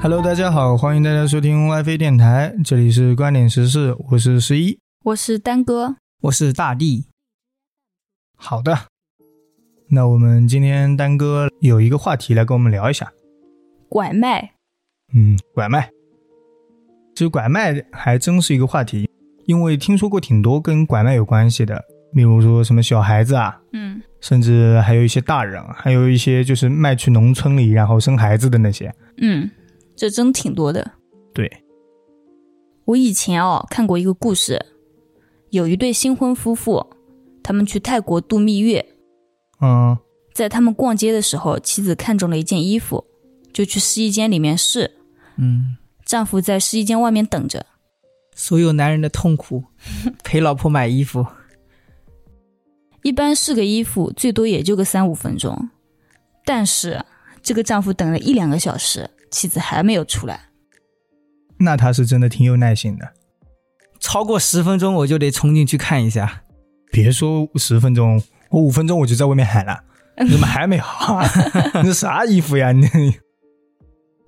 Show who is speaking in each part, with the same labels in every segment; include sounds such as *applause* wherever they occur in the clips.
Speaker 1: Hello，大家好，欢迎大家收听 WiFi 电台，这里是观点时事，我是十一，
Speaker 2: 我是丹哥，
Speaker 3: 我是大地。
Speaker 1: 好的，那我们今天丹哥有一个话题来跟我们聊一下，
Speaker 2: 拐卖。
Speaker 1: 嗯，拐卖。其实拐卖还真是一个话题，因为听说过挺多跟拐卖有关系的，例如说什么小孩子啊，
Speaker 2: 嗯，
Speaker 1: 甚至还有一些大人，啊还有一些就是卖去农村里然后生孩子的那些。
Speaker 2: 嗯，这真挺多的。
Speaker 1: 对，
Speaker 2: 我以前哦看过一个故事，有一对新婚夫妇，他们去泰国度蜜月，
Speaker 1: 嗯
Speaker 2: 在他们逛街的时候，妻子看中了一件衣服，就去试衣间里面试，
Speaker 3: 嗯，
Speaker 2: 丈夫在试衣间外面等着。
Speaker 3: 所有男人的痛苦，陪老婆买衣服。
Speaker 2: 一般试个衣服最多也就个三五分钟，但是这个丈夫等了一两个小时，妻子还没有出来。
Speaker 1: 那他是真的挺有耐心的。
Speaker 3: 超过十分钟我就得冲进去看一下。
Speaker 1: 别说十分钟，我五分钟我就在外面喊了，你怎么还没好啊？你这啥衣服呀？你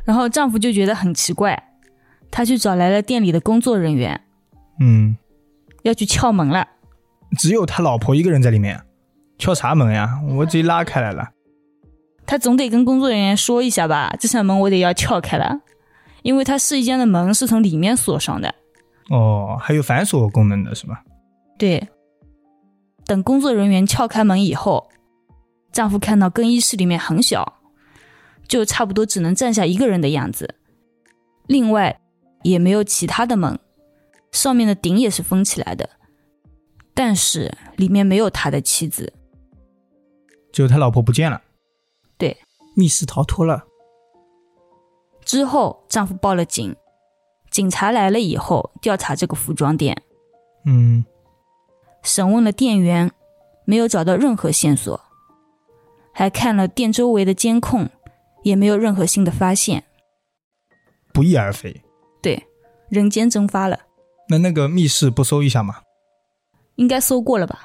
Speaker 2: 然后丈夫就觉得很奇怪，他去找来了店里的工作人员，
Speaker 1: 嗯，
Speaker 2: 要去撬门了。
Speaker 1: 只有他老婆一个人在里面，敲啥门呀？我直接拉开来了。
Speaker 2: 他总得跟工作人员说一下吧，这扇门我得要撬开了，因为他试衣间的门是从里面锁上的。
Speaker 1: 哦，还有反锁功能的是吧？
Speaker 2: 对，等工作人员撬开门以后，丈夫看到更衣室里面很小，就差不多只能站下一个人的样子，另外也没有其他的门，上面的顶也是封起来的，但是里面没有他的妻子。
Speaker 1: 就他老婆不见了。
Speaker 3: 密室逃脱了，
Speaker 2: 之后，丈夫报了警，警察来了以后调查这个服装店，
Speaker 1: 嗯，
Speaker 2: 审问了店员，没有找到任何线索，还看了店周围的监控，也没有任何新的发现。
Speaker 1: 不翼而飞。
Speaker 2: 对，人间蒸发了，
Speaker 1: 那那个密室不搜一下吗？
Speaker 2: 应该搜过了吧？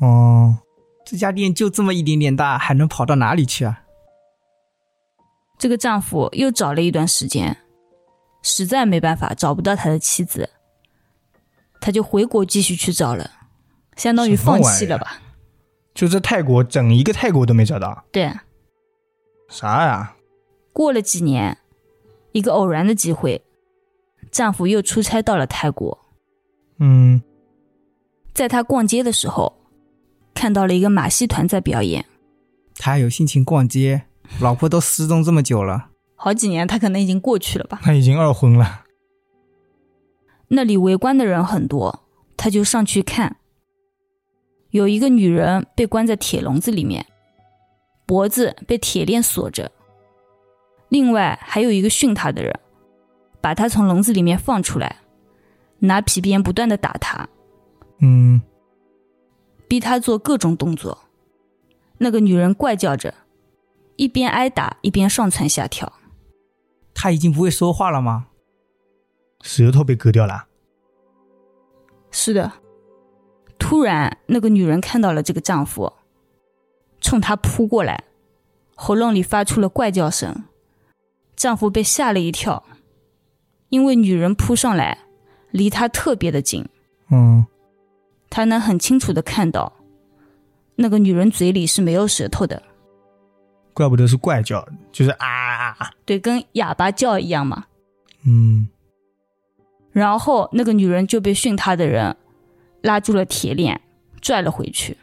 Speaker 1: 哦，
Speaker 3: 这家店就这么一点点大，还能跑到哪里去啊？
Speaker 2: 这个丈夫又找了一段时间，实在没办法找不到他的妻子，他就回国继续去找了，相当于
Speaker 1: 什么玩
Speaker 2: 放
Speaker 1: 意儿
Speaker 2: 弃了吧？
Speaker 1: 就在泰国，整一个泰国都没找到，
Speaker 2: 对。
Speaker 1: 啥呀？
Speaker 2: 过了几年，一个偶然的机会，丈夫又出差到了泰国。
Speaker 1: 嗯，
Speaker 2: 在他逛街的时候，看到了一个马戏团在表演。
Speaker 3: 他还有心情逛街？老婆都失踪这么久了，
Speaker 2: 好几年，他可能已经过去了吧。
Speaker 1: 他已经二婚了。
Speaker 2: 那里围观的人很多，他就上去看。有一个女人被关在铁笼子里面，脖子被铁链锁着。另外还有一个训她的人，把她从笼子里面放出来，拿皮鞭不断的打她。
Speaker 1: 嗯，
Speaker 2: 逼她做各种动作。那个女人怪叫着，一边挨打一边上蹿下跳。
Speaker 3: 他已经不会说话了吗？
Speaker 1: 舌头被割掉了。
Speaker 2: 是的，突然那个女人看到了这个丈夫，冲她扑过来，喉咙里发出了怪叫声。丈夫被吓了一跳，因为女人扑上来，离他特别的近，
Speaker 1: 嗯，
Speaker 2: 他能很清楚的看到，那个女人嘴里是没有舌头的，
Speaker 1: 怪不得是怪叫，就是啊啊啊。
Speaker 2: 对，跟哑巴叫一样嘛。
Speaker 1: 嗯，
Speaker 2: 然后那个女人就被训她的人拉住了铁链，拽了回去，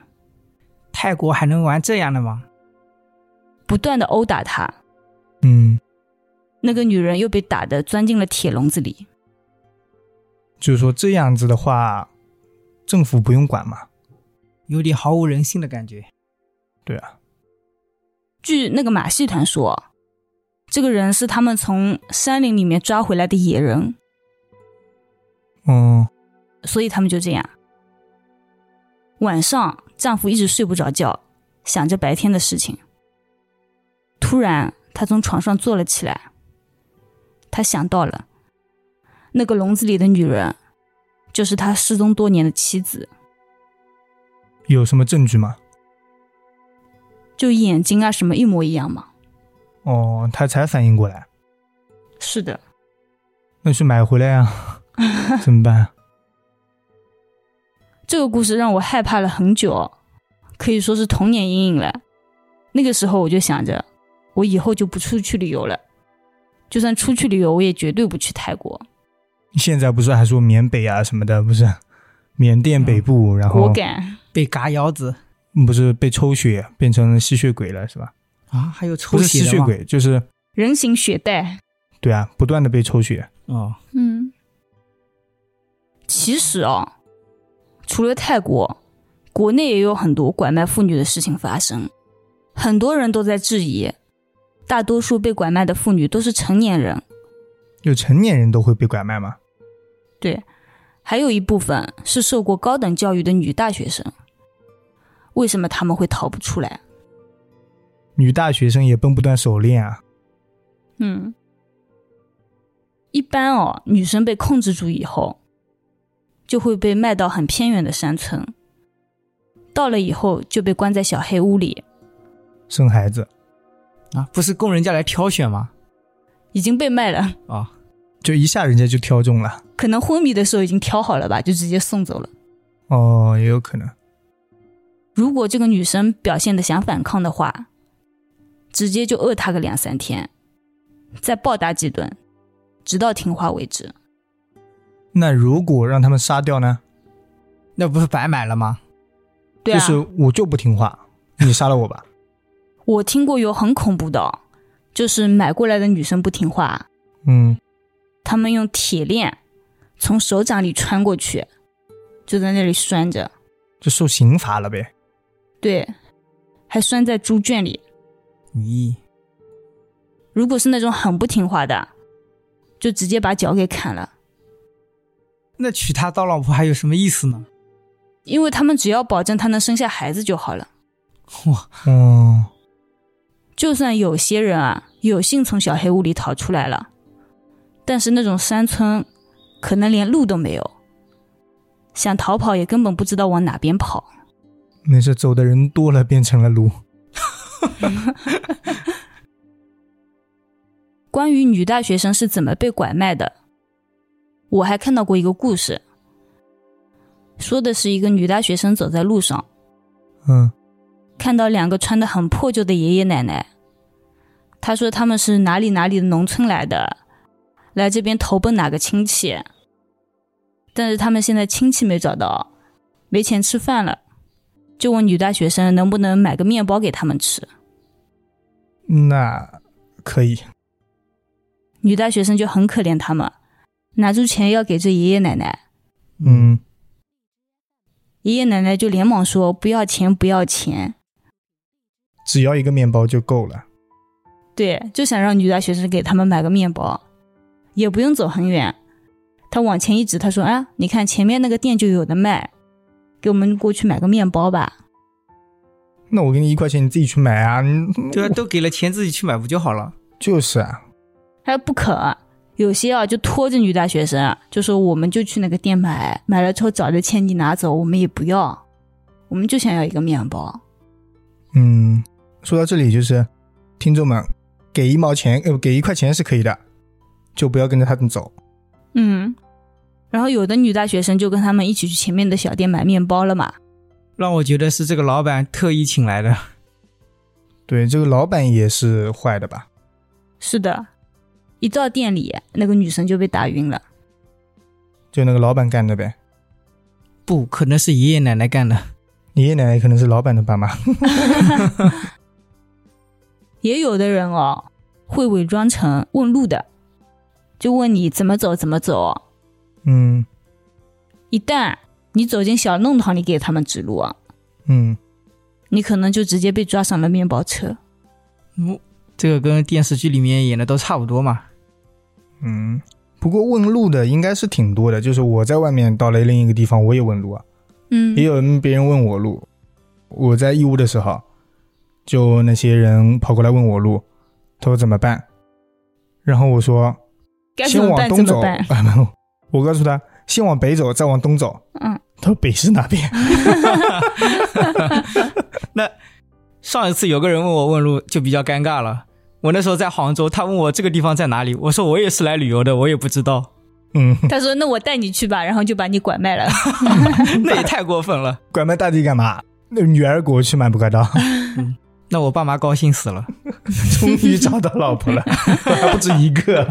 Speaker 3: 泰国还能玩这样的吗？
Speaker 2: 不断的殴打她。
Speaker 1: 嗯，
Speaker 2: 那个女人又被打得钻进了铁笼子里。
Speaker 1: 就是说这样子的话，政府不用管嘛？
Speaker 3: 有点毫无人性的感觉。
Speaker 1: 对啊，
Speaker 2: 据那个马戏团说，这个人是他们从山林里面抓回来的野人，
Speaker 1: 嗯，
Speaker 2: 所以他们就这样。晚上，丈夫一直睡不着觉，想着白天的事情。突然，他从床上坐了起来。他想到了，那个笼子里的女人，就是他失踪多年的妻子。
Speaker 1: 有什么证据吗？
Speaker 2: 就眼睛啊什么一模一样嘛。
Speaker 1: 哦，他才反应过来。
Speaker 2: 是 *laughs* 的，
Speaker 1: 那去买回来
Speaker 3: *laughs*
Speaker 1: 啊，怎么办？
Speaker 2: 这个故事让我害怕了很久，可以说是童年阴影了。那个时候我就想着，我以后就不出去旅游了，就算出去旅游，我也绝对不去泰国。
Speaker 1: 现在不是还说缅北啊什么的，不是缅甸北部，
Speaker 3: 嗯
Speaker 1: 然
Speaker 2: 果
Speaker 1: 后嗯
Speaker 2: 敢，
Speaker 3: 被嘎腰子
Speaker 1: 不是被抽血变成吸血鬼了是吧？
Speaker 3: 啊，还有抽
Speaker 1: 不是
Speaker 3: 血
Speaker 1: 吸
Speaker 3: 的
Speaker 1: 血
Speaker 3: 吗
Speaker 1: 鬼，就是
Speaker 2: 人形血袋。
Speaker 1: 对啊，不断的被抽血。
Speaker 3: 哦，
Speaker 2: 嗯，其实哦，除了泰国，国内也有很多拐卖妇女的事情发生，很多人都在质疑，大多数被拐卖的妇女都是成年人，
Speaker 1: 就成年人都会被拐卖吗？
Speaker 2: 对，还有一部分是受过高等教育的女大学生。为什么他们会逃不出来？
Speaker 1: 女大学生也崩不断手链啊，
Speaker 2: 嗯，一般哦，女生被控制住以后，就会被卖到很偏远的山村，到了以后就被关在小黑屋里，
Speaker 1: 生孩子
Speaker 3: 啊，不是供人家来挑选吗？
Speaker 2: 已经被卖了， *laughs*
Speaker 3: 啊，
Speaker 1: 就一下人家就挑中了。
Speaker 2: 可能昏迷的时候已经挑好了吧，就直接送走了。
Speaker 1: 哦，也有可能。
Speaker 2: 如果这个女生表现的想反抗的话，直接就饿她个两三天，再暴打几顿，直到听话为止。
Speaker 1: 那如果让他们杀掉呢？
Speaker 3: 那不是白买了吗？
Speaker 2: 对啊，
Speaker 1: 就是我就不听话，你杀了我吧。
Speaker 2: 我听过有很恐怖的哦，就是买过来的女生不听话，
Speaker 1: 嗯，
Speaker 2: 他们用铁链从手掌里穿过去，就在那里拴着，
Speaker 1: 就受刑罚了呗。
Speaker 2: 对，还拴在猪圈里。
Speaker 3: 咦，
Speaker 2: 如果是那种很不听话的，就直接把脚给砍了。
Speaker 3: 那娶她当老婆还有什么意思呢？
Speaker 2: 因为他们只要保证他能生下孩子就好了。
Speaker 3: 哇，
Speaker 1: 哦，
Speaker 2: 就算有些人啊有幸从小黑屋里逃出来了，但是那种山村可能连路都没有，想逃跑也根本不知道往哪边跑。
Speaker 1: 没事，走的人多了变成了路。
Speaker 2: 关于女大学生是怎么被拐卖的，我还看到过一个故事，说的是一个女大学生走在路上，
Speaker 1: 嗯，
Speaker 2: 看到两个穿得很破旧的爷爷奶奶。他说他们是哪里哪里的农村来的，来这边投奔哪个亲戚。但是他们现在亲戚没找到，没钱吃饭了，就问女大学生能不能买个面包给他们吃。
Speaker 1: 那可以。
Speaker 2: 女大学生就很可怜他们，拿出钱要给这爷爷奶奶，
Speaker 1: 嗯，
Speaker 2: 爷爷奶奶就连忙说不要钱不要钱，
Speaker 1: 只要一个面包就够了。
Speaker 2: 对，就想让女大学生给他们买个面包，也不用走很远。他往前一指，他说：“啊，你看前面那个店就有的卖，给我们过去买个面包吧。
Speaker 1: 那我给你一块钱，你自己去买啊。你
Speaker 3: 对啊，都给了钱自己去买不就好了？
Speaker 1: 就是啊，”
Speaker 2: 他不肯，有些啊就拖着女大学生啊，就说：“我们就去那个店买，买了之后找着钱你拿走，我们也不要，我们就想要一个面包。
Speaker 1: 嗯，说到这里就是，听众们，给一毛钱，呃，给一块钱是可以的，就不要跟着他们走。”
Speaker 2: 嗯，然后有的女大学生就跟他们一起去前面的小店买面包了嘛。
Speaker 3: 让我觉得是这个老板特意请来的。
Speaker 1: 对，这个老板也是坏的吧？
Speaker 2: 是的，一到店里，那个女生就被打晕了。
Speaker 1: 就那个老板干的呗。
Speaker 3: 不可能是爷爷奶奶干的，
Speaker 1: 爷爷奶奶可能是老板的爸妈。 *laughs*
Speaker 2: 也有的人哦，会伪装成问路的，就问你怎么走怎么走。哦
Speaker 1: 嗯
Speaker 2: 一旦你走进小弄堂里给他们指路啊，
Speaker 1: 嗯，
Speaker 2: 你可能就直接被抓上了面包车。
Speaker 3: 嗯，这个跟电视剧里面演的都差不多嘛。
Speaker 1: 嗯，不过问路的应该是挺多的，就是我在外面到了另一个地方，我也问路啊，
Speaker 2: 嗯
Speaker 1: 也有人别人问我路。我在义乌的时候，就那些人跑过来问我路，他说怎么办？然后我说
Speaker 2: 该怎
Speaker 1: 先
Speaker 2: 么
Speaker 1: 往
Speaker 2: 办
Speaker 1: 东
Speaker 2: 怎
Speaker 1: 走，
Speaker 2: 么办？
Speaker 1: 啊 *laughs* 没有我告诉他先往北走，再往东走。
Speaker 2: 嗯，
Speaker 1: 他说北是哪边？ *laughs*
Speaker 3: 上一次有个人问我问路，就比较尴尬了。我那时候在杭州，他问我这个地方在哪里，我说我也是来旅游的，我也不知道， *laughs*
Speaker 1: 嗯，
Speaker 2: 他说：“那我带你去吧。”然后就把你拐
Speaker 1: *laughs*
Speaker 2: 卖了。
Speaker 3: 那也太过分了。
Speaker 1: 拐卖大地干嘛？那女儿国去买不可到，
Speaker 3: 那我爸妈高兴死了。
Speaker 1: *laughs* 终于找到老婆了，还不止一个。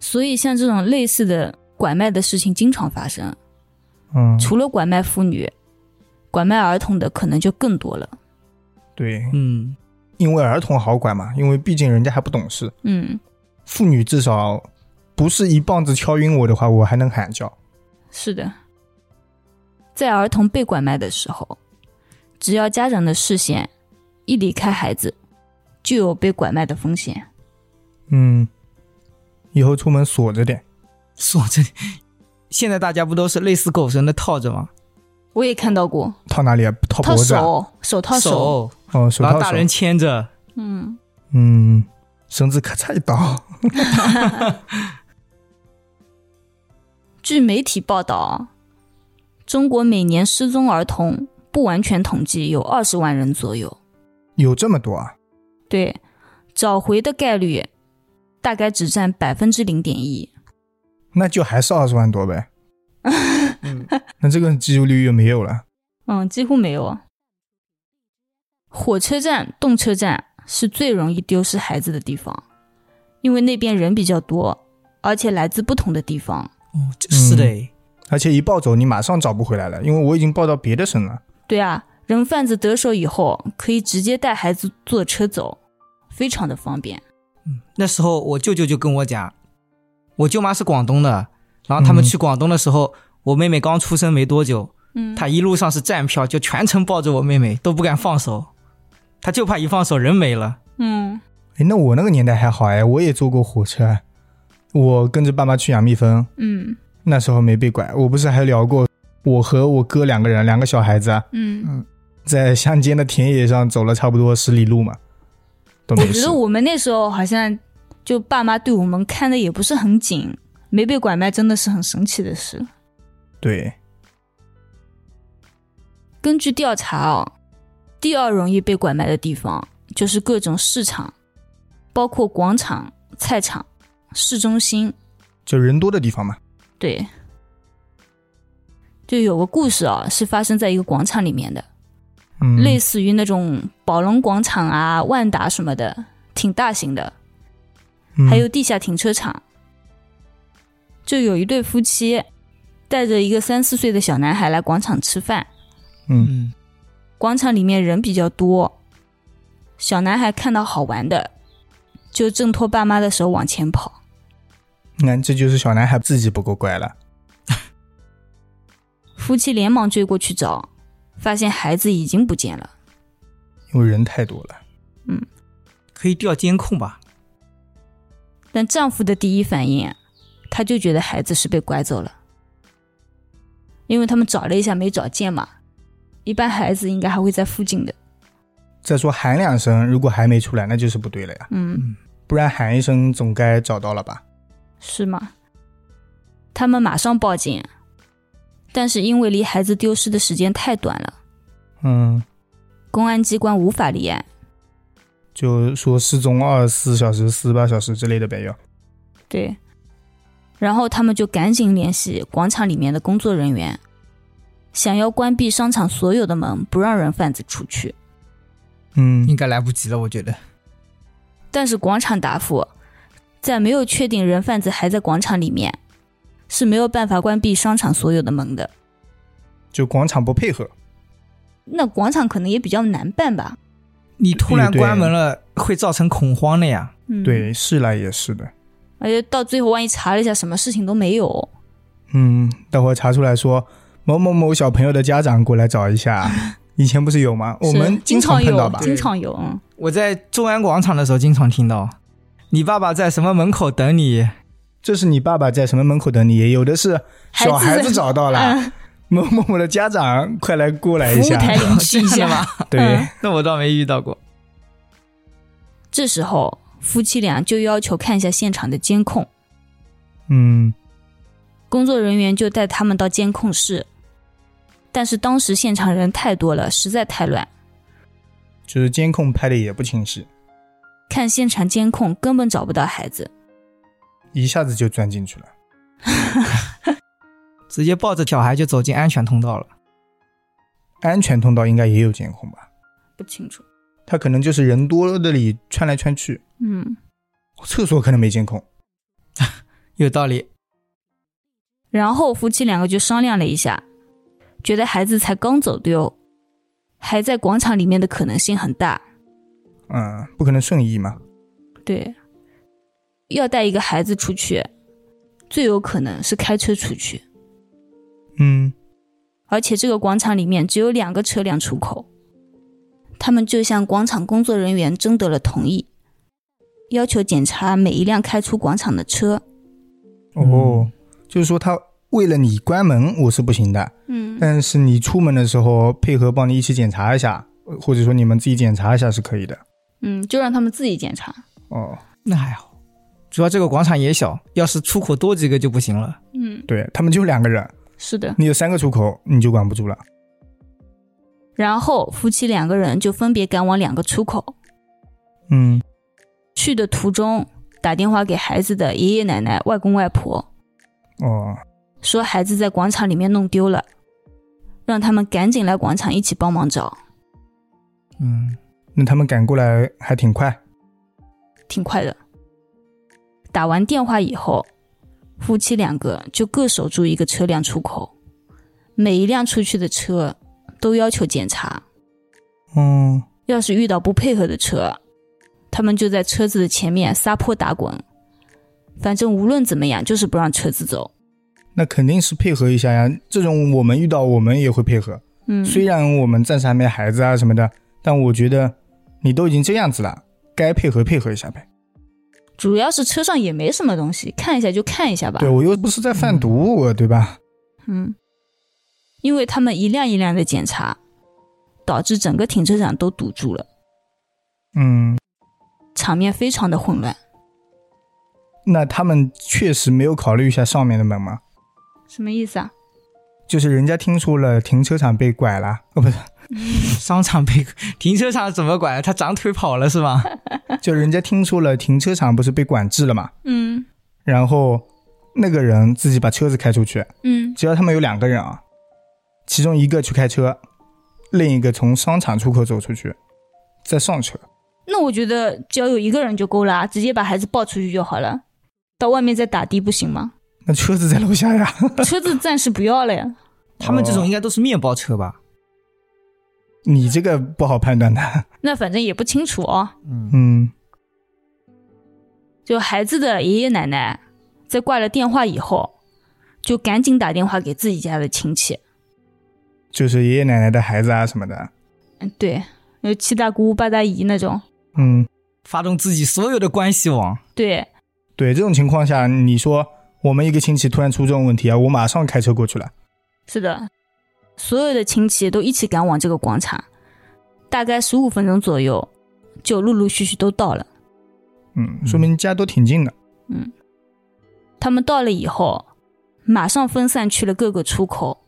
Speaker 2: 所以像这种类似的拐卖的事情经常发生，
Speaker 1: 嗯，
Speaker 2: 除了拐卖妇女，拐卖儿童的可能就更多了。
Speaker 1: 对，
Speaker 3: 嗯，
Speaker 1: 因为儿童好管嘛，因为毕竟人家还不懂事。
Speaker 2: 嗯，
Speaker 1: 妇女至少不是一棒子敲晕我的话，我还能喊叫。
Speaker 2: 是的，在儿童被拐卖的时候，只要家长的视线一离开孩子，就有被拐卖的风险。
Speaker 1: 嗯，以后出门锁着点。
Speaker 3: *laughs* 说这，现在大家不都是类似狗绳的套着吗？
Speaker 2: 我也看到过
Speaker 1: 套哪里啊？套
Speaker 2: 套
Speaker 1: 脖子、啊？
Speaker 2: 手手套手，
Speaker 3: 手，
Speaker 1: 哦，手
Speaker 3: 然
Speaker 1: 套
Speaker 3: 后大
Speaker 1: 手
Speaker 3: 人牵着，
Speaker 2: 嗯，
Speaker 1: 嗯，绳子咔嚓一倒。
Speaker 2: 据媒体报道啊，中国每年失踪儿童不完全统计有二十万人左右，
Speaker 1: 有这么多啊？
Speaker 2: 对，找回的概率大概只占百分之零点一。
Speaker 1: 那就还是二十万多呗。
Speaker 3: 嗯，
Speaker 1: 那这个记录率又没有了。
Speaker 2: 嗯，几乎没有啊。火车站、动车站是最容易丢失孩子的地方，因为那边人比较多，而且来自不同的地方。
Speaker 3: 哦，这是的诶，
Speaker 1: 而且一抱走，你马上找不回来了，因为我已经抱到别的省了。
Speaker 2: 对啊，人贩子得手以后，可以直接带孩子坐车走，非常的方便。
Speaker 3: 那时候我舅舅就跟我讲，我舅妈是广东的，然后他
Speaker 1: 嗯
Speaker 3: 们去广东的时候，我妹妹刚出生没多久，
Speaker 2: 嗯，
Speaker 3: 她一路上是站票，就全程抱着我妹妹，都不敢放手，她就怕一放手人没了。
Speaker 2: 嗯
Speaker 1: 哎，那我那个年代还好哎，我也坐过火车，啊我跟着爸妈去养蜜蜂，
Speaker 2: 嗯
Speaker 1: 那时候没被拐。我不是还聊过，我和我哥两个人，两个小孩子啊，
Speaker 2: 嗯，
Speaker 1: 在乡间的田野上走了差不多十里路嘛，都
Speaker 2: 我
Speaker 1: 没
Speaker 2: 觉
Speaker 1: 事
Speaker 2: 得。我们那时候好像就爸妈对我们看的也不是很紧，没被拐卖真的是很神奇的事。
Speaker 1: 对，
Speaker 2: 根据调查哦，第二容易被拐卖的地方就是各种市场，包括广场、菜场、市中心。
Speaker 1: 就人多的地方嘛。
Speaker 2: 对，就有个故事啊，是发生在一个广场里面的，
Speaker 1: 嗯，
Speaker 2: 类似于那种宝龙广场啊、万达什么的，挺大型的。
Speaker 1: 嗯
Speaker 2: 还有地下停车场。就有一对夫妻带着一个三四岁的小男孩来广场吃饭，
Speaker 1: 嗯
Speaker 3: 嗯，
Speaker 2: 广场里面人比较多，小男孩看到好玩的，就挣脱爸妈的手往前跑。
Speaker 1: 嗯，那这就是小男孩自己不够乖了。
Speaker 2: 夫妻连忙追过去找，发现孩子已经不见了。
Speaker 1: 因为人太多了。
Speaker 3: 可以调监控吧？
Speaker 2: 但丈夫的第一反应，他就觉得孩子是被拐走了，因为他们找了一下没找见嘛。一般孩子应该还会在附近的，
Speaker 1: 再说喊两声，如果还没出来，那就是不对了呀。
Speaker 2: 嗯，
Speaker 1: 不然喊一声，总该找到了吧？
Speaker 2: 是吗？他们马上报警，但是因为离孩子丢失的时间太短了，
Speaker 1: 嗯，
Speaker 2: 公安机关无法立案。
Speaker 1: 就说失踪二十四小时、四十八小时之类的呗，要。
Speaker 2: 对，然后他们就赶紧联系广场里面的工作人员，想要关闭商场所有的门，不让人贩子出去。
Speaker 1: 嗯
Speaker 3: 应该来不及了，我觉得。
Speaker 2: 但是广场答复，在没有确定人贩子还在广场里面，是没有办法关闭商场所有的门的。
Speaker 1: 就广场不配
Speaker 2: 嗯
Speaker 1: 合，
Speaker 2: 那广场可能也比较难办吧？
Speaker 3: 你突然
Speaker 1: 嗯对
Speaker 3: 关门了，会造成恐慌的呀。
Speaker 2: 嗯，
Speaker 1: 对，是来也是的。
Speaker 2: 而且哎到最后，万一查了一下，什么事情都没有。
Speaker 1: 嗯，待会儿查出来说某某某小朋友的家长过来找一下，啊
Speaker 2: *laughs*
Speaker 1: 以前不是有吗？我
Speaker 2: 是
Speaker 1: 们
Speaker 2: 经
Speaker 1: 常碰
Speaker 2: 有，
Speaker 1: 到吧？
Speaker 2: 经常有，嗯，
Speaker 3: 我在中安广场的时候，经常听到，你爸爸在什么门口等你？
Speaker 1: 这是你爸爸在什么门口等你？有的是小孩
Speaker 2: 孩子嗯啊
Speaker 1: 子找到
Speaker 2: *laughs*
Speaker 1: 了，某某某的家长快来过来一
Speaker 2: 服务
Speaker 1: 下。
Speaker 2: 台嗯领取一
Speaker 3: 这
Speaker 2: 下
Speaker 3: 样的吗？
Speaker 1: 对，
Speaker 3: 那我倒没遇到过。
Speaker 2: 这时候，夫妻俩就要求看一下现场的监控，
Speaker 1: 嗯，
Speaker 2: 工作人员就带他们到监控室。但是当时现场人太多了，实在太乱，
Speaker 1: 就是监控拍的也不清晰，
Speaker 2: 看现场监控根本找不到孩子。 *laughs*
Speaker 1: 一下子就钻进去了。
Speaker 3: 直接抱着小孩就走进安全通道了。
Speaker 1: 安全通道应该也有监控吧？
Speaker 2: 不清楚。
Speaker 1: 它可能就是人多的里穿来穿去，
Speaker 2: 嗯，
Speaker 1: 厕所可能没监控。
Speaker 3: 有道理，
Speaker 2: 然后夫妻两个就商量了一下，觉得孩子才刚走丢，还在广场里面的可能性很大。
Speaker 1: 嗯，不可能瞬移嘛。
Speaker 2: 对，要带一个孩子出去，最有可能是开车出去，
Speaker 1: 嗯，
Speaker 2: 而且这个广场里面只有两个车辆出口。他们就向广场工作人员征得了同意，要求检查每一辆开出广场的车。嗯
Speaker 1: 哦，就是说他为了你关门我是不行的，
Speaker 2: 嗯
Speaker 1: 但是你出门的时候配合帮你一起检查一下，呃或者说你们自己检查一下是可以的。
Speaker 2: 嗯，就让他们自己检查。
Speaker 1: 哦，
Speaker 3: 那还好。主要这个广场也小，要是出口多几个就不行了。
Speaker 2: 嗯，
Speaker 1: 对他们就两个人，
Speaker 2: 是的。
Speaker 1: 你有三个出口你就管不住了。
Speaker 2: 然后夫妻两个人就分别赶往两个出口。
Speaker 1: 嗯，
Speaker 2: 去的途中，打电话给孩子的爷爷奶奶、外公外婆，
Speaker 1: 哦，
Speaker 2: 说孩子在广场里面弄丢了，让他们赶紧来广场一起帮忙找。
Speaker 3: 嗯，
Speaker 1: 那他们赶过来还挺快。
Speaker 2: 挺快的。打完电话以后，夫妻两个就各守住一个车辆出口，每一辆出去的车都要求检查，
Speaker 1: 哦，
Speaker 2: 要是遇到不配合的车，他们就在车子的前面撒泼打滚，反正无论怎么样就是不让车子走。
Speaker 1: 那肯定是配合一下呀。这种我们遇到我们也会配合，
Speaker 2: 嗯，
Speaker 1: 虽然我们暂时还没孩子啊什么的，但我觉得你都已经这样子了，该配合配合一下呗。
Speaker 2: 主要是车上也没什么东西，看一下就看一下吧
Speaker 1: 对。我又不是在贩毒，我对吧？
Speaker 2: 嗯，因为他们一辆一辆的检查，导致整个停车场都堵住了，
Speaker 1: 嗯，
Speaker 2: 场面非常的混乱。
Speaker 1: 那他们确实没有考虑一下上面的门吗？
Speaker 2: 什么意思啊？
Speaker 1: 就是人家听说了停车场被拐了，哦，不是，
Speaker 3: 商场被停车场怎么管？他长腿跑了是 *laughs* 吧？
Speaker 1: 就人家听说了停车场不是被管制了嘛，
Speaker 2: 嗯
Speaker 1: 然后那个人自己把车子开出去，
Speaker 2: 嗯
Speaker 1: 只要他们有两个人啊，其中一个去开车，另一个从商场出口走出去，再上车。，
Speaker 2: 那我觉得只要有一个人就够了啊，直接把孩子抱出去就好了。到外面再打的不行 *laughs* 吗？
Speaker 1: 那车子在楼下呀。 *laughs*
Speaker 2: 车子暂时不要了呀。
Speaker 3: 他们这种应该都是面包车吧？
Speaker 1: 你这个不好判断的。
Speaker 2: 那反正也不清楚哦。
Speaker 3: 嗯，
Speaker 1: 嗯
Speaker 2: 就孩子的爷爷奶奶在挂了电话以后，就赶紧打电话给自己家的亲戚。
Speaker 1: 就是爷爷奶奶的孩子啊什么的。
Speaker 2: 嗯，对，有七大姑八大姨那种。
Speaker 1: 嗯，
Speaker 3: 发动自己所有的关系网。
Speaker 2: 对，
Speaker 1: 对，这种情况下，你说我们一个亲戚突然出这种问题啊，我马上开车过去了。
Speaker 2: 是的，所有的亲戚都一起赶往这个广场，大概十五分钟左右，就陆陆续续都到了。
Speaker 1: 嗯，说明家都挺近的。
Speaker 2: 他们到了以后，马上分散去了各个出口，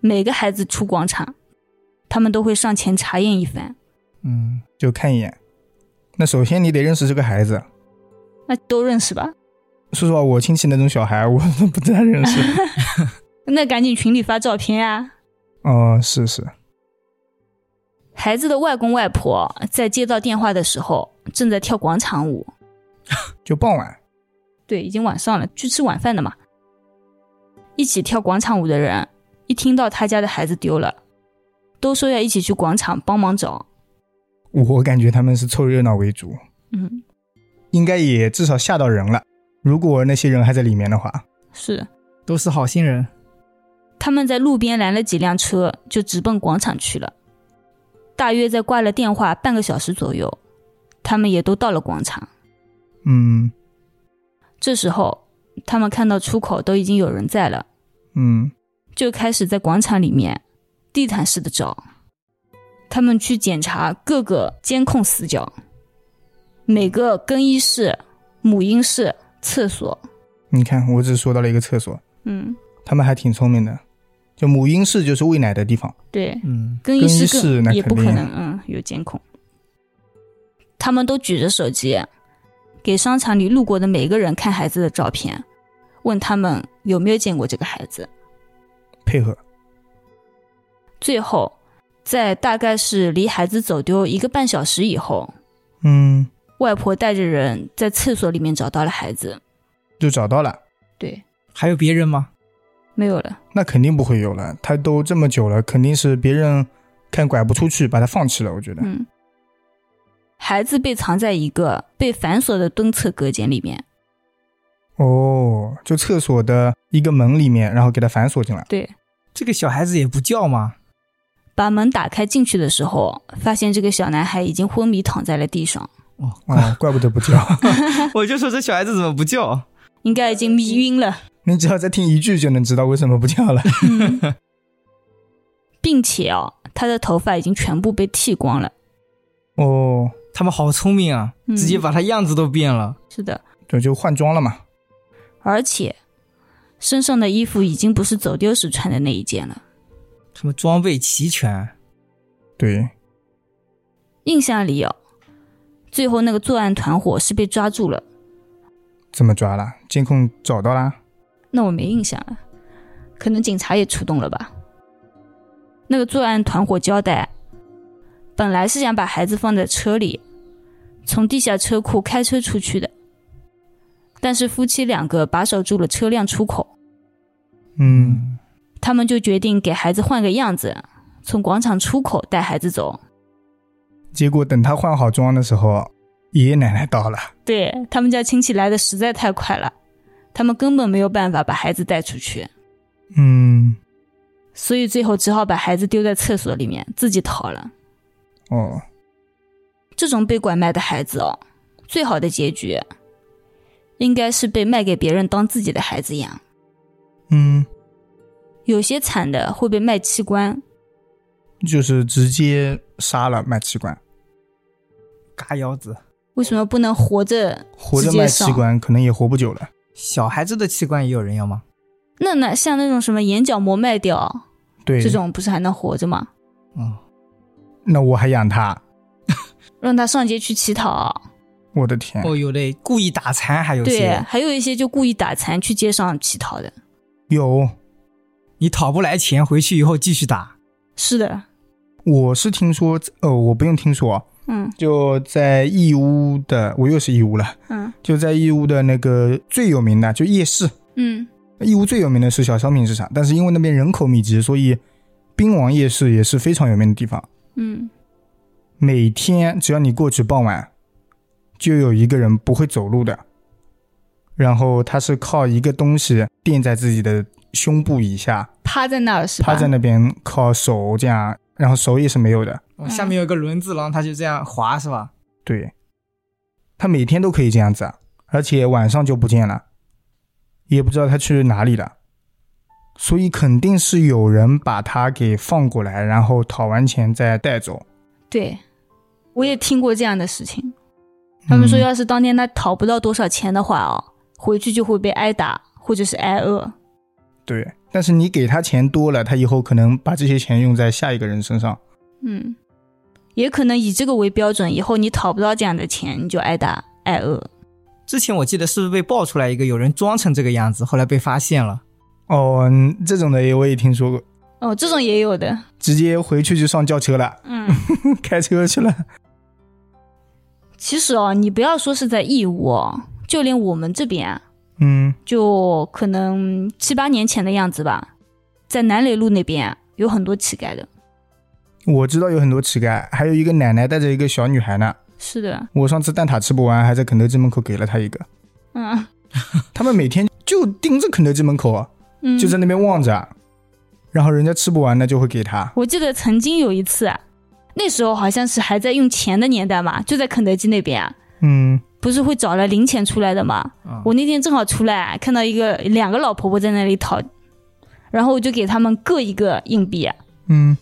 Speaker 2: 每个孩子出广场，他们都会上前查验一番。
Speaker 3: 嗯，
Speaker 1: 就看一眼。那首先你得认识这个孩子。
Speaker 2: 那都认识吧？
Speaker 1: 说实话，我亲戚那种小孩，我 *laughs* 都不太认识。
Speaker 2: 那赶紧群里发照片啊！
Speaker 1: 哦，是是，
Speaker 2: 孩子的外公外婆在接到电话的时候，正在跳广场舞。
Speaker 1: 就傍晚。
Speaker 2: 对，已经晚上了，去吃晚饭的嘛。一起跳广场舞的人，一听到他家的孩子丢了，都说要一起去广场帮忙找。
Speaker 1: 我感觉他们是凑热闹为主，
Speaker 2: 嗯，
Speaker 1: 应该也至少吓到人了。如果那些人还在里面的话，
Speaker 2: 是。
Speaker 3: 都是好心人。
Speaker 2: 他们在路边拦了几辆车，就直奔广场去了。大约在挂了电话半个小时左右，他们也都到了广场。
Speaker 1: 嗯
Speaker 2: 这时候，他们看到出口都已经有人在了，
Speaker 1: 嗯，
Speaker 2: 就开始在广场里面地毯式的找。他们去检查各个监控死角，每个更衣室、母婴室、厕所。
Speaker 1: 你看，我只说到了一个厕所，
Speaker 2: 嗯，
Speaker 1: 他们还挺聪明的，就母婴室就是喂奶的地方，
Speaker 2: 对，
Speaker 3: 嗯，
Speaker 2: 更
Speaker 1: 更
Speaker 2: 衣
Speaker 1: 衣
Speaker 2: 室
Speaker 1: 室那
Speaker 2: 更也
Speaker 1: 肯
Speaker 2: 不可
Speaker 1: 定
Speaker 2: 能，嗯，有监控。他们都举着手机，给商场里路过的每个人看孩子的照片，问他们有没有见过这个孩子。
Speaker 1: 配合
Speaker 2: 最后，在大概是离孩子走丢一个半小时以后，
Speaker 1: 嗯，
Speaker 2: 外婆带着人在厕所里面找到了孩子。
Speaker 1: 就找到了。
Speaker 2: 对，
Speaker 3: 还有别人吗？
Speaker 2: 没有了。
Speaker 1: 那肯定不会有了，他都这么久了，肯定是别人看拐不出去，把他放弃了。我觉得，
Speaker 2: 嗯，孩子被藏在一个被反锁的蹲厕隔间里面。
Speaker 1: 哦，就厕所的一个门里面，然后给他反锁进来。
Speaker 2: 对，
Speaker 3: 这个小孩子也不叫吗？
Speaker 2: 把门打开进去的时候，发现这个小男孩已经昏迷躺在了地上，
Speaker 3: 哦，
Speaker 1: 啊，怪不得不叫。
Speaker 3: *laughs* 我就说这小孩子怎么不叫？
Speaker 2: 应该已经迷晕了，
Speaker 1: 你只要再听一句就能知道为什么不叫了。
Speaker 2: 嗯并且哦，他的头发已经全部被剃光了。
Speaker 1: 哦，
Speaker 3: 他们好聪明啊，
Speaker 2: 嗯
Speaker 3: 直接把他样子都变了。
Speaker 2: 是的，
Speaker 1: 就就换装了嘛。
Speaker 2: 而且身上的衣服已经不是走丢时穿的那一件了。
Speaker 3: 他们装备齐全，
Speaker 1: 对，
Speaker 2: 印象里哦，最后那个作案团伙是被抓住了，
Speaker 1: 这么抓了，监控找到啦。
Speaker 2: 那我没印象了，可能警察也出动了吧。那个作案团伙交代，本来是想把孩子放在车里，从地下车库开车出去的，但是夫妻两个把守住了车辆出口，
Speaker 1: 嗯，
Speaker 2: 他们就决定给孩子换个样子，从广场出口带孩子走。
Speaker 1: 结果等他换好妆的时候，爷爷奶奶到了。
Speaker 2: 对他们家亲戚来的实在太快了，他们根本没有办法把孩子带出去，
Speaker 1: 嗯，
Speaker 2: 所以最后只好把孩子丢在厕所里面，自己逃了。
Speaker 1: 哦，
Speaker 2: 这种被拐卖的孩子哦，最好的结局应该是被卖给别人当自己的孩子养。
Speaker 1: 嗯，
Speaker 2: 有些惨的会被卖器官，
Speaker 1: 就是直接杀了卖器官，
Speaker 3: 嘎腰子，
Speaker 2: 为什么不能活着
Speaker 1: 活
Speaker 2: 直
Speaker 1: 着
Speaker 2: 接
Speaker 1: 卖
Speaker 2: 上
Speaker 1: 器？官可能也活不久了。
Speaker 3: 小孩子的器官也有人要吗？
Speaker 2: 那那像那种什么眼角膜卖掉
Speaker 1: 对，
Speaker 2: 这种，不是还能活着吗？
Speaker 3: 嗯，
Speaker 1: 那我还养他，
Speaker 2: 让他上街去乞讨，
Speaker 1: 我的天，
Speaker 3: 哦，有的故意打残，还有
Speaker 2: 对，
Speaker 3: 些
Speaker 2: 还有一些就故意打残去街上乞讨的。
Speaker 1: 有，
Speaker 3: 你讨不来钱，回去以后继续打。
Speaker 2: 是的，
Speaker 1: 我是听说，呃，我不用听说，
Speaker 2: 嗯
Speaker 1: 就在义乌的，我又是义乌了，
Speaker 2: 嗯
Speaker 1: 就在义乌的那个最有名的就夜市，
Speaker 2: 嗯，
Speaker 1: 义乌最有名的是小商品市场，但是因为那边人口密集，所以槟王夜市也是非常有名的地方。
Speaker 2: 嗯，
Speaker 1: 每天只要你过去傍晚，就有一个人不会走路的，然后他是靠一个东西垫在自己的胸部以下，
Speaker 2: 趴在那儿是吧？
Speaker 1: 趴在那边靠手这样，然后手也是没有的。
Speaker 2: 嗯
Speaker 3: 哦下面有个轮子，然后他就这样滑，是吧？
Speaker 1: 对，他每天都可以这样子，啊而且晚上就不见了，也不知道他去哪里了，所以肯定是有人把他给放过来，然后讨完钱再带走。
Speaker 2: 对，我也听过这样的事情。他们说，
Speaker 1: 嗯、
Speaker 2: 要是当天他讨不到多少钱的话哦，回去就会被挨打或者是挨饿。
Speaker 1: 对，但是你给他钱多了，他以后可能把这些钱用在下一个人身上。
Speaker 2: 嗯，也可能以这个为标准，以后你讨不到这样的钱，你就挨打挨饿。
Speaker 3: 之前我记得是不是被爆出来一个有人装成这个样子，后来被发现了。
Speaker 1: 哦，嗯这种的也我也听说过，
Speaker 2: 哦，这种也有的。
Speaker 1: 直接回去就上轿车了， *laughs*
Speaker 2: 嗯，
Speaker 1: 开车去了。
Speaker 2: 其实哦，你不要说是在义乌哦，就连我们这边啊，
Speaker 1: 嗯，
Speaker 2: 就可能七八年前的样子吧，在南雷路那边啊有很多乞丐的。
Speaker 1: 我知道有很多乞丐，还有一个奶奶带着一个小女孩呢。
Speaker 2: 是的，
Speaker 1: 我上次蛋挞吃不完，还在肯德基门口给了她一个。
Speaker 2: 嗯
Speaker 1: 他们每天就盯着肯德基门口啊，
Speaker 2: 嗯，
Speaker 1: 就在那边望着，啊然后人家吃不完呢就会给他。
Speaker 2: 我记得曾经有一次啊，那时候好像是还在用钱的年代嘛，就在肯德基那边啊，
Speaker 1: 嗯，
Speaker 2: 不是会找了零钱出来的嘛。
Speaker 3: 啊、
Speaker 2: 我那天正好出来啊，看到一个两个老婆婆在那里讨，然后我就给他们各一个硬币啊。
Speaker 1: 嗯，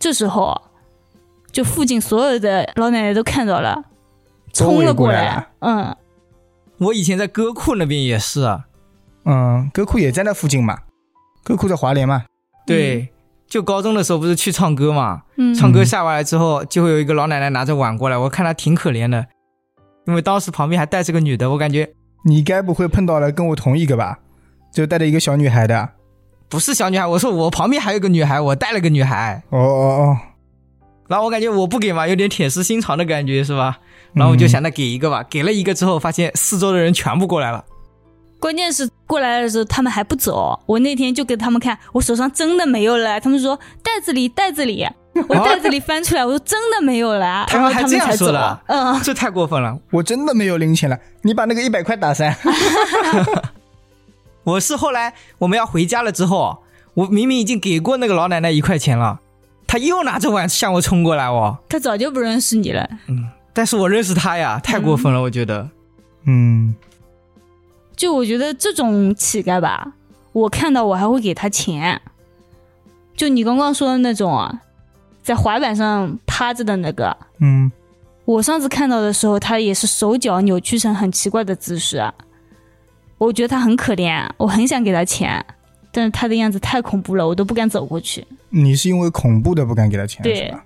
Speaker 2: 这时候啊，就附近所有的老奶奶都看到了，
Speaker 1: 都
Speaker 2: 冲
Speaker 1: 围
Speaker 2: 了
Speaker 1: 过来
Speaker 2: 来。嗯，
Speaker 3: 我以前在歌库那边也是啊，
Speaker 1: 嗯嗯，歌库也在那附近嘛，歌库在华联嘛，
Speaker 3: 对，就高中的时候不是去唱歌嘛，
Speaker 2: 嗯
Speaker 3: 唱歌下完了之后，就会有一个老奶奶拿着碗过来，我看她挺可怜的，因为当时旁边还带着个女的，我感觉
Speaker 1: 你该不会碰到了跟我同一个吧？就带着一个小女孩的。啊
Speaker 3: 不是小女孩，我说我旁边还有个女孩，我带了个女孩，
Speaker 1: 哦哦
Speaker 3: 然后我感觉我不给嘛，有点铁石心肠的感觉是吧？然后我就想那给一个吧，给了一个之后，发现四周的人全部过来了，
Speaker 2: 关键是过来的时候他们还不走，我那天就给他们看，我手上真的没有了，他们说袋子里袋子
Speaker 3: *laughs*
Speaker 2: 里，我袋子里翻出来，我说真的没有了，
Speaker 3: 他
Speaker 2: 然后
Speaker 3: 们还
Speaker 2: 他
Speaker 3: 这
Speaker 2: 们
Speaker 3: 样
Speaker 2: 才
Speaker 3: 说
Speaker 2: 走
Speaker 3: 的，
Speaker 2: 嗯，
Speaker 3: 这太过分了。
Speaker 1: 哦，我真的没有零钱了，你把那个一百块打散。
Speaker 3: 我是后来我们要回家了之后，我明明已经给过那个老奶奶一块钱了，她又拿着碗向我冲过来哦。
Speaker 2: 他早就不认识你了。
Speaker 3: 但是我认识她呀，太过分了，我觉得。
Speaker 1: 嗯，
Speaker 2: 就我觉得这种乞丐吧，我看到我还会给他钱。就你刚刚说的那种啊，在滑板上趴着的那个，
Speaker 1: 嗯，
Speaker 2: 我上次看到的时候，他也是手脚扭曲成很奇怪的姿势啊，我觉得他很可怜，啊我很想给他钱，但是他的样子太恐怖了，我都不敢走过去。
Speaker 1: 你是因为恐怖的不敢给他钱
Speaker 2: 对
Speaker 1: 是吧？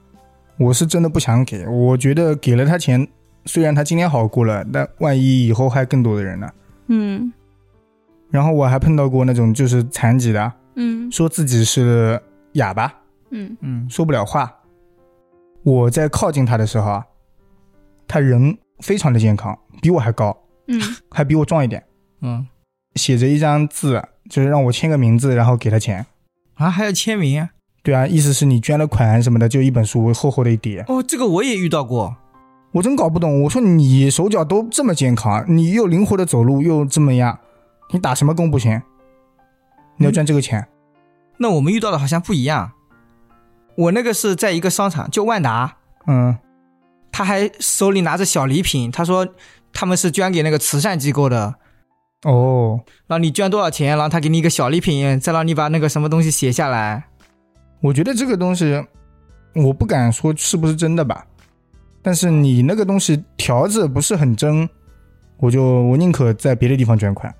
Speaker 1: 我是真的不想给，我觉得给了他钱，虽然他今天好过了，但万一以后害更多的人呢？
Speaker 2: 嗯
Speaker 1: 然后我还碰到过那种就是残疾的，
Speaker 2: 嗯
Speaker 1: 说自己是哑巴，
Speaker 2: 嗯
Speaker 3: 嗯，
Speaker 1: 说不了话。我在靠近他的时候啊，他人非常的健康，比我还高，
Speaker 2: 嗯，
Speaker 1: 还比我壮一点，
Speaker 3: 嗯
Speaker 1: 写着一张字，就是让我签个名字，然后给他钱。
Speaker 3: 啊，还要签名啊
Speaker 1: 对啊，意思是你捐了款什么的，就一本书厚厚的一叠。
Speaker 3: 哦，这个我也遇到过。
Speaker 1: 我真搞不懂，我说你手脚都这么健康，你又灵活的走路，又这么样，你打什么工不行？你要赚这个钱？
Speaker 3: 那我们遇到的好像不一样。我那个是在一个商场，就万达，
Speaker 1: 嗯
Speaker 3: 他还手里拿着小礼品，他说他们是捐给那个慈善机构的，
Speaker 1: 哦，
Speaker 3: 然后你捐多少钱，然后他给你一个小礼品，再让你把那个什么东西写下来。
Speaker 1: 我觉得这个东西，我不敢说是不是真的吧，但是你那个东西条子不是很真，我就我宁可在别的地方捐款。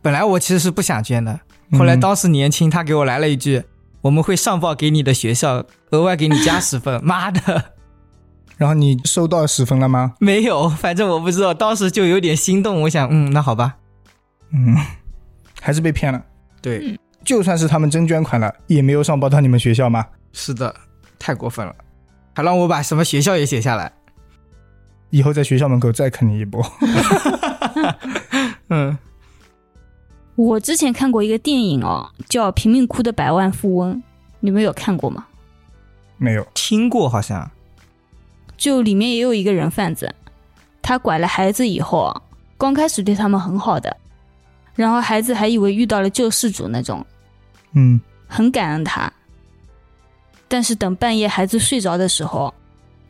Speaker 3: 本来我其实是不想捐的，
Speaker 1: 嗯
Speaker 3: 后来当时年轻，他给我来了一句：“我们会上报给你的学校，额外给你加十分。”妈的，
Speaker 1: 然后你收到十分了吗？
Speaker 3: 没有，反正我不知道，当时就有点心动，我想，嗯，那好吧。
Speaker 1: 嗯，还是被骗了。
Speaker 3: 对，
Speaker 2: 嗯
Speaker 1: 就算是他们真捐款了，也没有上报到你们学校嘛。
Speaker 3: 是的，太过分了，还让我把什么学校也写下来。
Speaker 1: 以后在学校门口再啃你一波。 *laughs*
Speaker 3: 嗯，
Speaker 2: 我之前看过一个电影哦，叫《贫民窟的百万富翁》，你们有看过吗？
Speaker 1: 没有，
Speaker 3: 听过好像，
Speaker 2: 就里面也有一个人贩子，他拐了孩子以后，刚开始对他们很好的，然后孩子还以为遇到了救世主那种，
Speaker 1: 嗯，
Speaker 2: 很感恩他。但是等半夜孩子睡着的时候，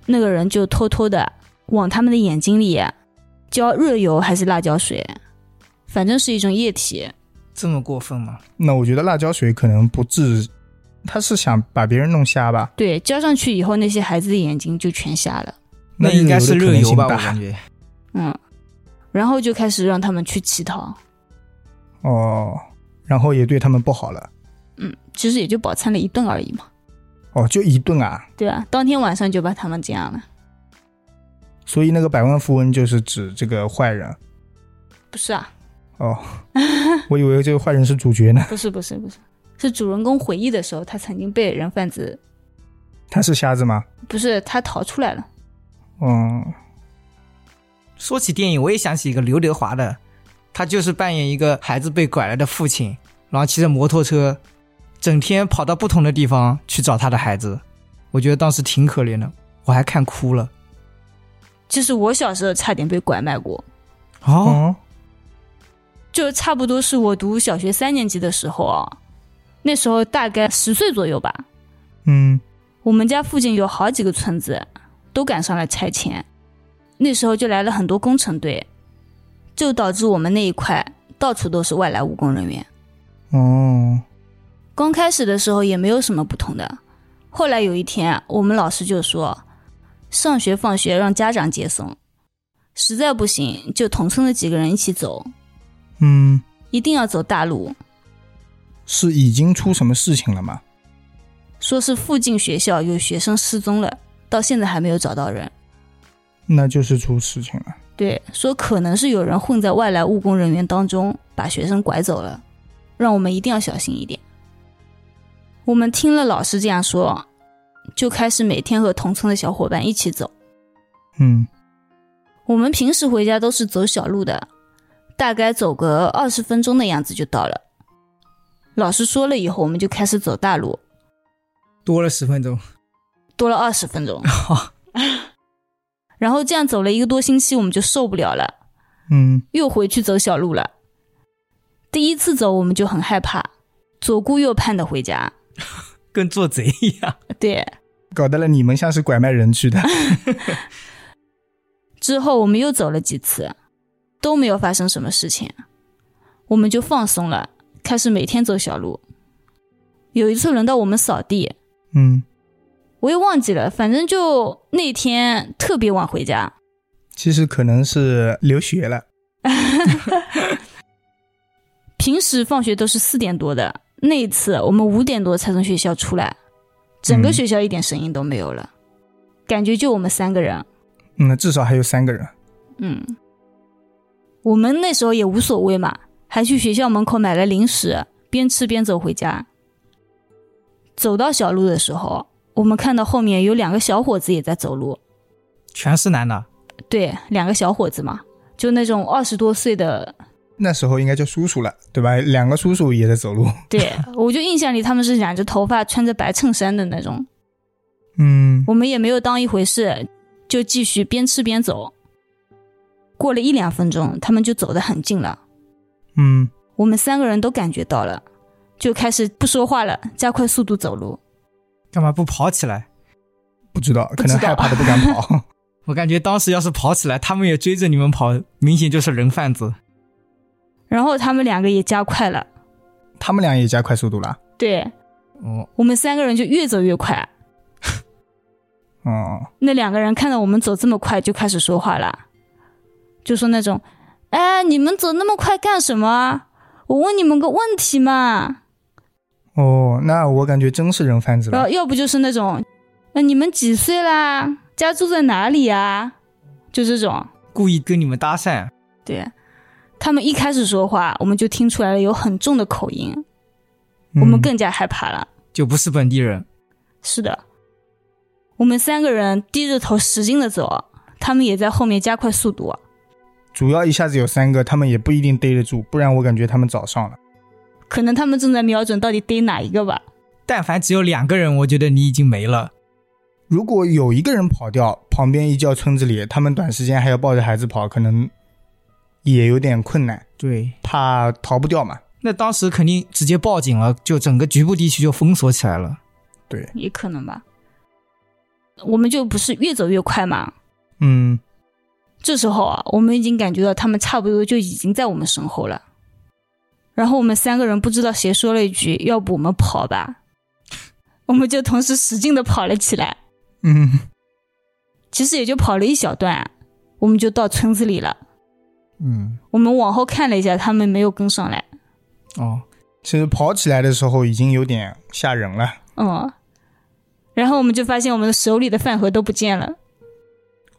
Speaker 2: 那个人就偷偷的往他们的眼睛里浇热油还是辣椒水，反正是一种液体。
Speaker 3: 这么过分吗？
Speaker 1: 那我觉得辣椒水可能不至，他是想把别人弄瞎吧？
Speaker 2: 对，浇上去以后，那些孩子的眼睛就全瞎了。
Speaker 3: 那应该是
Speaker 1: 热
Speaker 3: 热油吧，我
Speaker 1: 吧？
Speaker 3: 感觉。
Speaker 2: 嗯，然后就开始让他们去乞讨。
Speaker 1: 哦，然后也对他们不好了。
Speaker 2: 嗯，其实也就饱餐了一顿而已嘛。
Speaker 1: 哦，就一顿啊。
Speaker 2: 对啊，当天晚上就把他们这样了。
Speaker 1: 所以那个百万富翁就是指这个坏人
Speaker 2: 不是啊， *laughs*
Speaker 1: 哦。我以为这个坏人是主角呢，
Speaker 2: 不是，不是，不是，是主人公回忆的时候，他曾经被人贩子，
Speaker 1: 他是瞎子吗？
Speaker 2: 不是他逃出来了。
Speaker 1: 嗯，
Speaker 3: 说起电影，我也想起一个刘德华的，他就是扮演一个孩子被拐了的父亲，然后骑着摩托车，整天跑到不同的地方去找他的孩子。我觉得当时挺可怜的，我还看哭了。
Speaker 2: 其实我小时候差点被拐卖过，
Speaker 3: 哦，
Speaker 1: 哦，
Speaker 2: 就差不多是我读小学三年级的时候啊，那时候大概十岁左右吧。
Speaker 1: 嗯，
Speaker 2: 我们家附近有好几个村子，都赶上了拆迁，那时候就来了很多工程队，就导致我们那一块到处都是外来务工人员。
Speaker 1: 哦，
Speaker 2: 刚开始的时候也没有什么不同的，后来有一天，啊我们老师就说，上学放学让家长接送，实在不行就同村的几个人一起走，
Speaker 1: 嗯，
Speaker 2: 一定要走大路。
Speaker 1: 是已经出什么事情了吗？
Speaker 2: 说是附近学校有学生失踪了，到现在还没有找到人。
Speaker 1: 那就是出事情了。
Speaker 2: 对，说可能是有人混在外来务工人员当中把学生拐走了，让我们一定要小心一点。我们听了老师这样说，就开始每天和同村的小伙伴一起走。
Speaker 1: 嗯，
Speaker 2: 我们平时回家都是走小路的，大概走个二十分钟的样子就到了。老师说了以后，我们就开始走大路，
Speaker 3: 多了十分钟，
Speaker 2: 多了二十分钟。然后这样走了一个多星期，我们就受不了了，
Speaker 1: 嗯，
Speaker 2: 又回去走小路了。第一次走我们就很害怕，左顾右盼的回家。
Speaker 3: 跟做贼一样。
Speaker 2: 对，
Speaker 1: 搞得了你们像是拐卖人去
Speaker 2: *laughs*
Speaker 1: 的。
Speaker 2: 之后我们又走了几次，都没有发生什么事情，我们就放松了，开始每天走小路。有一次轮到我们扫地，
Speaker 1: 嗯，
Speaker 2: 我也忘记了，反正就那天特别晚回家，
Speaker 1: 其实可能是留学了。
Speaker 2: *laughs* 平时放学都是四点多的，那一次我们五点多才从学校出来，整个
Speaker 1: 嗯
Speaker 2: 学校一点声音都没有了，感觉就我们三个人。
Speaker 1: 嗯，那至少还有三个人。
Speaker 2: 嗯，我们那时候也无所谓嘛，还去学校门口买了零食，边吃边走回家。走到小路的时候，我们看到后面有两个小伙子也在走路，
Speaker 3: 全是男的，
Speaker 2: 对，两个小伙子嘛，就那种二十多岁的
Speaker 1: 那时候应该叫叔叔了，对吧？两个叔叔也在走路。
Speaker 2: 对我就印象里他们是染着头发、穿着白衬衫的那种。
Speaker 1: 嗯，
Speaker 2: 我们也没有当一回事，就继续边吃边走。过了一两分钟，他们就走得很近了，
Speaker 1: 嗯，
Speaker 2: 我们三个人都感觉到了，就开始不说话了，加快速度走路。
Speaker 3: 干嘛不跑起来？
Speaker 1: 不知道，
Speaker 2: 不
Speaker 1: 可
Speaker 2: 知
Speaker 1: 能
Speaker 2: 道
Speaker 1: 害怕的不敢跑。
Speaker 2: *laughs*
Speaker 3: 我感觉当时要是跑起来，他们也追着你们跑，明显就是人贩子。
Speaker 2: 然后他们两个也加快了，
Speaker 1: 他们俩也加快速度了。
Speaker 2: 对
Speaker 3: 哦，
Speaker 2: 我们三个人就越走越快。
Speaker 1: 哦，
Speaker 2: 那两个人看到我们走这么快，就开始说话了，就说那种：“哎，你们走那么快干什么啊？我问你们个问题嘛。”
Speaker 1: 哦，那我感觉真是人贩子
Speaker 2: 然
Speaker 1: 了
Speaker 2: 后。要不就是那种：“呃，你们几岁啦？家住在哪里啊？”就这种。
Speaker 3: 故意跟你们搭讪，
Speaker 2: 对他们一开始说话，我们就听出来了有很重的口音，
Speaker 1: 嗯
Speaker 2: 我们更加害怕了。
Speaker 3: 就不是本地人。
Speaker 2: 是的，我们三个人低着头使劲的走，他们也在后面加快速度。
Speaker 1: 主要一下子有三个，他们也不一定逮得住，不然我感觉他们找上了。
Speaker 2: 可能他们正在瞄准到底逮哪一个吧。
Speaker 3: 但凡只有两个人，我觉得你已经没了。
Speaker 1: 如果有一个人跑掉，旁边一叫村子里，他们短时间还要抱着孩子跑，可能也有点困难，
Speaker 3: 对，
Speaker 1: 怕逃不掉嘛。
Speaker 3: 那当时肯定直接报警了，就整个局部地区就封锁起来了。
Speaker 1: 对，
Speaker 2: 也可能吧。我们就不是越走越快嘛。
Speaker 1: 嗯，
Speaker 2: 这时候啊，我们已经感觉到他们差不多就已经在我们身后了。然后我们三个人不知道谁说了一句：“要不我们跑吧？”我们就同时使劲的跑了起来。
Speaker 1: 嗯， *laughs*
Speaker 2: 其实也就跑了一小段啊，我们就到村子里了。
Speaker 1: 嗯，
Speaker 2: 我们往后看了一下，他们没有跟上来。
Speaker 3: 哦，
Speaker 1: 其实跑起来的时候已经有点吓人了。
Speaker 2: 嗯，然后我们就发现我们手里的饭盒都不见了。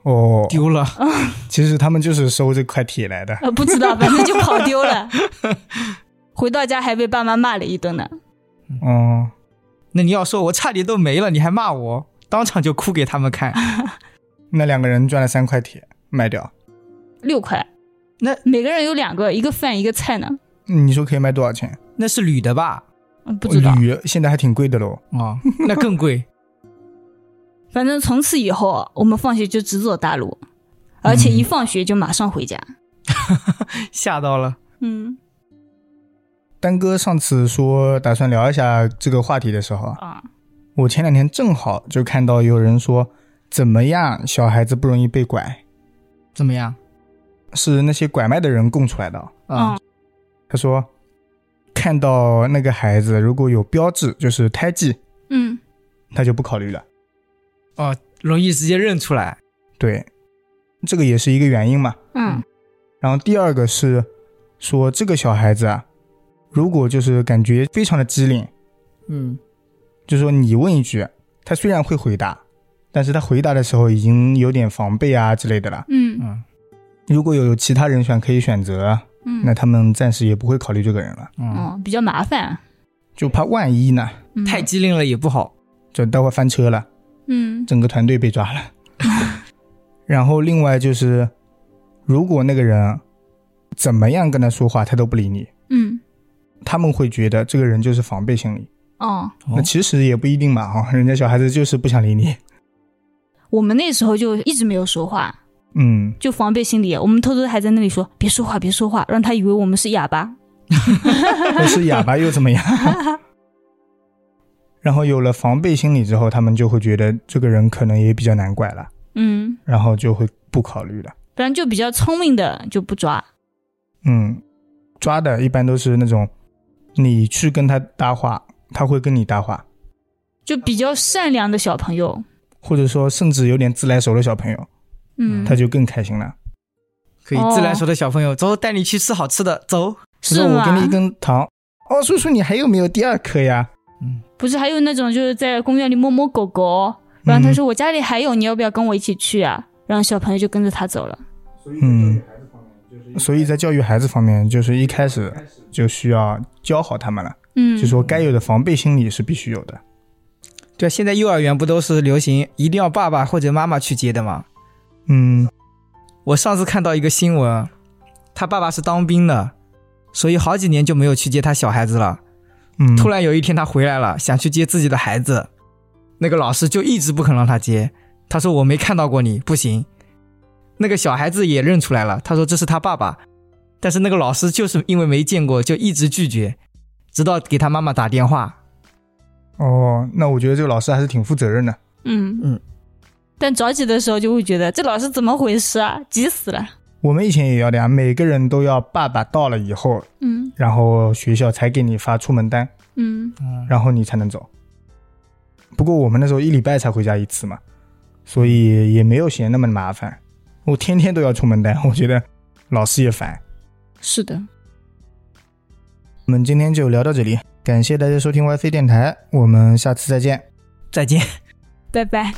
Speaker 1: 哦，
Speaker 3: 丢了，
Speaker 1: 其实他们就是收这块铁来的。
Speaker 2: 呃，不知道，反正就跑丢了。回到家还被爸妈骂了一顿呢。嗯
Speaker 1: 哦，
Speaker 3: 那你要说我差点都没了，你还骂我，当场就哭给他们看。
Speaker 1: 那两个人赚了三块铁，卖掉。
Speaker 2: 六块，
Speaker 3: 那
Speaker 2: 每个人有两个，一个饭一个菜呢。
Speaker 1: 嗯你说可以卖多少钱？
Speaker 3: 那是铝的吧？
Speaker 2: 嗯，不知道。
Speaker 1: 铝现在还挺贵的喽。
Speaker 3: 哦，那更贵。 *laughs*
Speaker 2: 反正从此以后，我们放学就只走大路，而且一放学就马上回家。
Speaker 3: 吓到了。
Speaker 2: 嗯
Speaker 1: 丹哥上次说打算聊一下这个话题的时候啊，
Speaker 2: 啊，
Speaker 1: 我前两天正好就看到有人说，怎么样小孩子不容易被拐，
Speaker 3: 怎么样？
Speaker 1: 是那些拐卖的人供出来的哦。
Speaker 3: 啊、
Speaker 2: 嗯
Speaker 1: 他说，看到那个孩子如果有标志，就是胎记，
Speaker 2: 嗯，
Speaker 1: 他就不考虑了。
Speaker 3: 容易直接认出来。
Speaker 1: 对，这个也是一个原因嘛。
Speaker 2: 嗯，
Speaker 1: 然后第二个是说这个小孩子啊，如果就是感觉非常的机灵，
Speaker 3: 嗯，
Speaker 1: 就说你问一句，他虽然会回答，但是他回答的时候已经有点防备啊之类的了。
Speaker 2: 嗯
Speaker 3: 嗯
Speaker 1: 如果有其他人选可以选择，
Speaker 2: 嗯，
Speaker 1: 那他们暂时也不会考虑这个人了，
Speaker 3: 嗯，
Speaker 2: 哦比较麻烦，
Speaker 1: 就怕万一呢，
Speaker 2: 嗯
Speaker 3: 太机灵了也不好。
Speaker 1: 就待会翻车了，
Speaker 2: 嗯
Speaker 1: 整个团队被抓了。 *laughs* 然后另外就是，如果那个人怎么样跟他说话，他都不理你，
Speaker 2: 嗯
Speaker 1: 他们会觉得这个人就是防备心理。
Speaker 2: 哦，
Speaker 1: 那其实也不一定嘛，哦哈，人家小孩子就是不想理你。
Speaker 2: 我们那时候就一直没有说话，
Speaker 1: 嗯，
Speaker 2: 就防备心理，我们偷偷地还在那里说别说话，别说话，让他以为我们是哑巴。
Speaker 1: 我是哑巴又怎么样？然后有了防备心理之后，他们就会觉得这个人可能也比较难怪了，
Speaker 2: 嗯，
Speaker 1: 然后就会不考虑了。
Speaker 2: 不然就比较聪明的就不抓。
Speaker 1: 嗯，抓的一般都是那种你去跟他搭话，他会跟你搭话，
Speaker 2: 就比较善良的小朋友，
Speaker 1: 或者说甚至有点自来熟的小朋友，
Speaker 2: 嗯，
Speaker 1: 他就更开心了。
Speaker 3: 可以自来熟的小朋友，走，带你去吃好吃的，走。
Speaker 1: 他
Speaker 2: 是
Speaker 1: 说我
Speaker 2: 吗？
Speaker 1: 给你一根糖，哦，叔叔你还有没有第二颗呀？
Speaker 2: 不是还有那种就是在公园里摸摸狗狗，然后
Speaker 1: 嗯
Speaker 2: 他说我家里还有，你要不要跟我一起去啊？然后小朋友就跟着他走了。
Speaker 1: 嗯，所以在教育孩子方面，就是一开始就需要教好他们了，
Speaker 2: 嗯，
Speaker 1: 就说该有的防备心理是必须有的。
Speaker 3: 对，现在幼儿园不都是流行一定要爸爸或者妈妈去接的吗？
Speaker 1: 嗯
Speaker 3: 我上次看到一个新闻，他爸爸是当兵的，所以好几年就没有去接他小孩子了。
Speaker 1: 嗯，
Speaker 3: 突然有一天他回来了，想去接自己的孩子，那个老师就一直不肯让他接，他说我没看到过你，不行。那个小孩子也认出来了，他说这是他爸爸，但是那个老师就是因为没见过，就一直拒绝，直到给他妈妈打电话。
Speaker 1: 哦，那我觉得这个老师还是挺负责任的。
Speaker 2: 嗯
Speaker 3: 嗯。
Speaker 2: 但着急的时候就会觉得这老师怎么回事啊，急死了。
Speaker 1: 我们以前也要的呀，每个人都要爸爸到了以后，
Speaker 2: 嗯
Speaker 1: 然后学校才给你发出门单，
Speaker 2: 嗯
Speaker 1: 然后你才能走。不过我们那时候一礼拜才回家一次嘛，所以也没有嫌那么麻烦。我天天都要出门单，我觉得老师也烦。
Speaker 2: 是的，
Speaker 1: 我们今天就聊到这里，感谢大家收听 WiFi 电台，我们下次再见。
Speaker 3: 再见。
Speaker 2: 拜拜。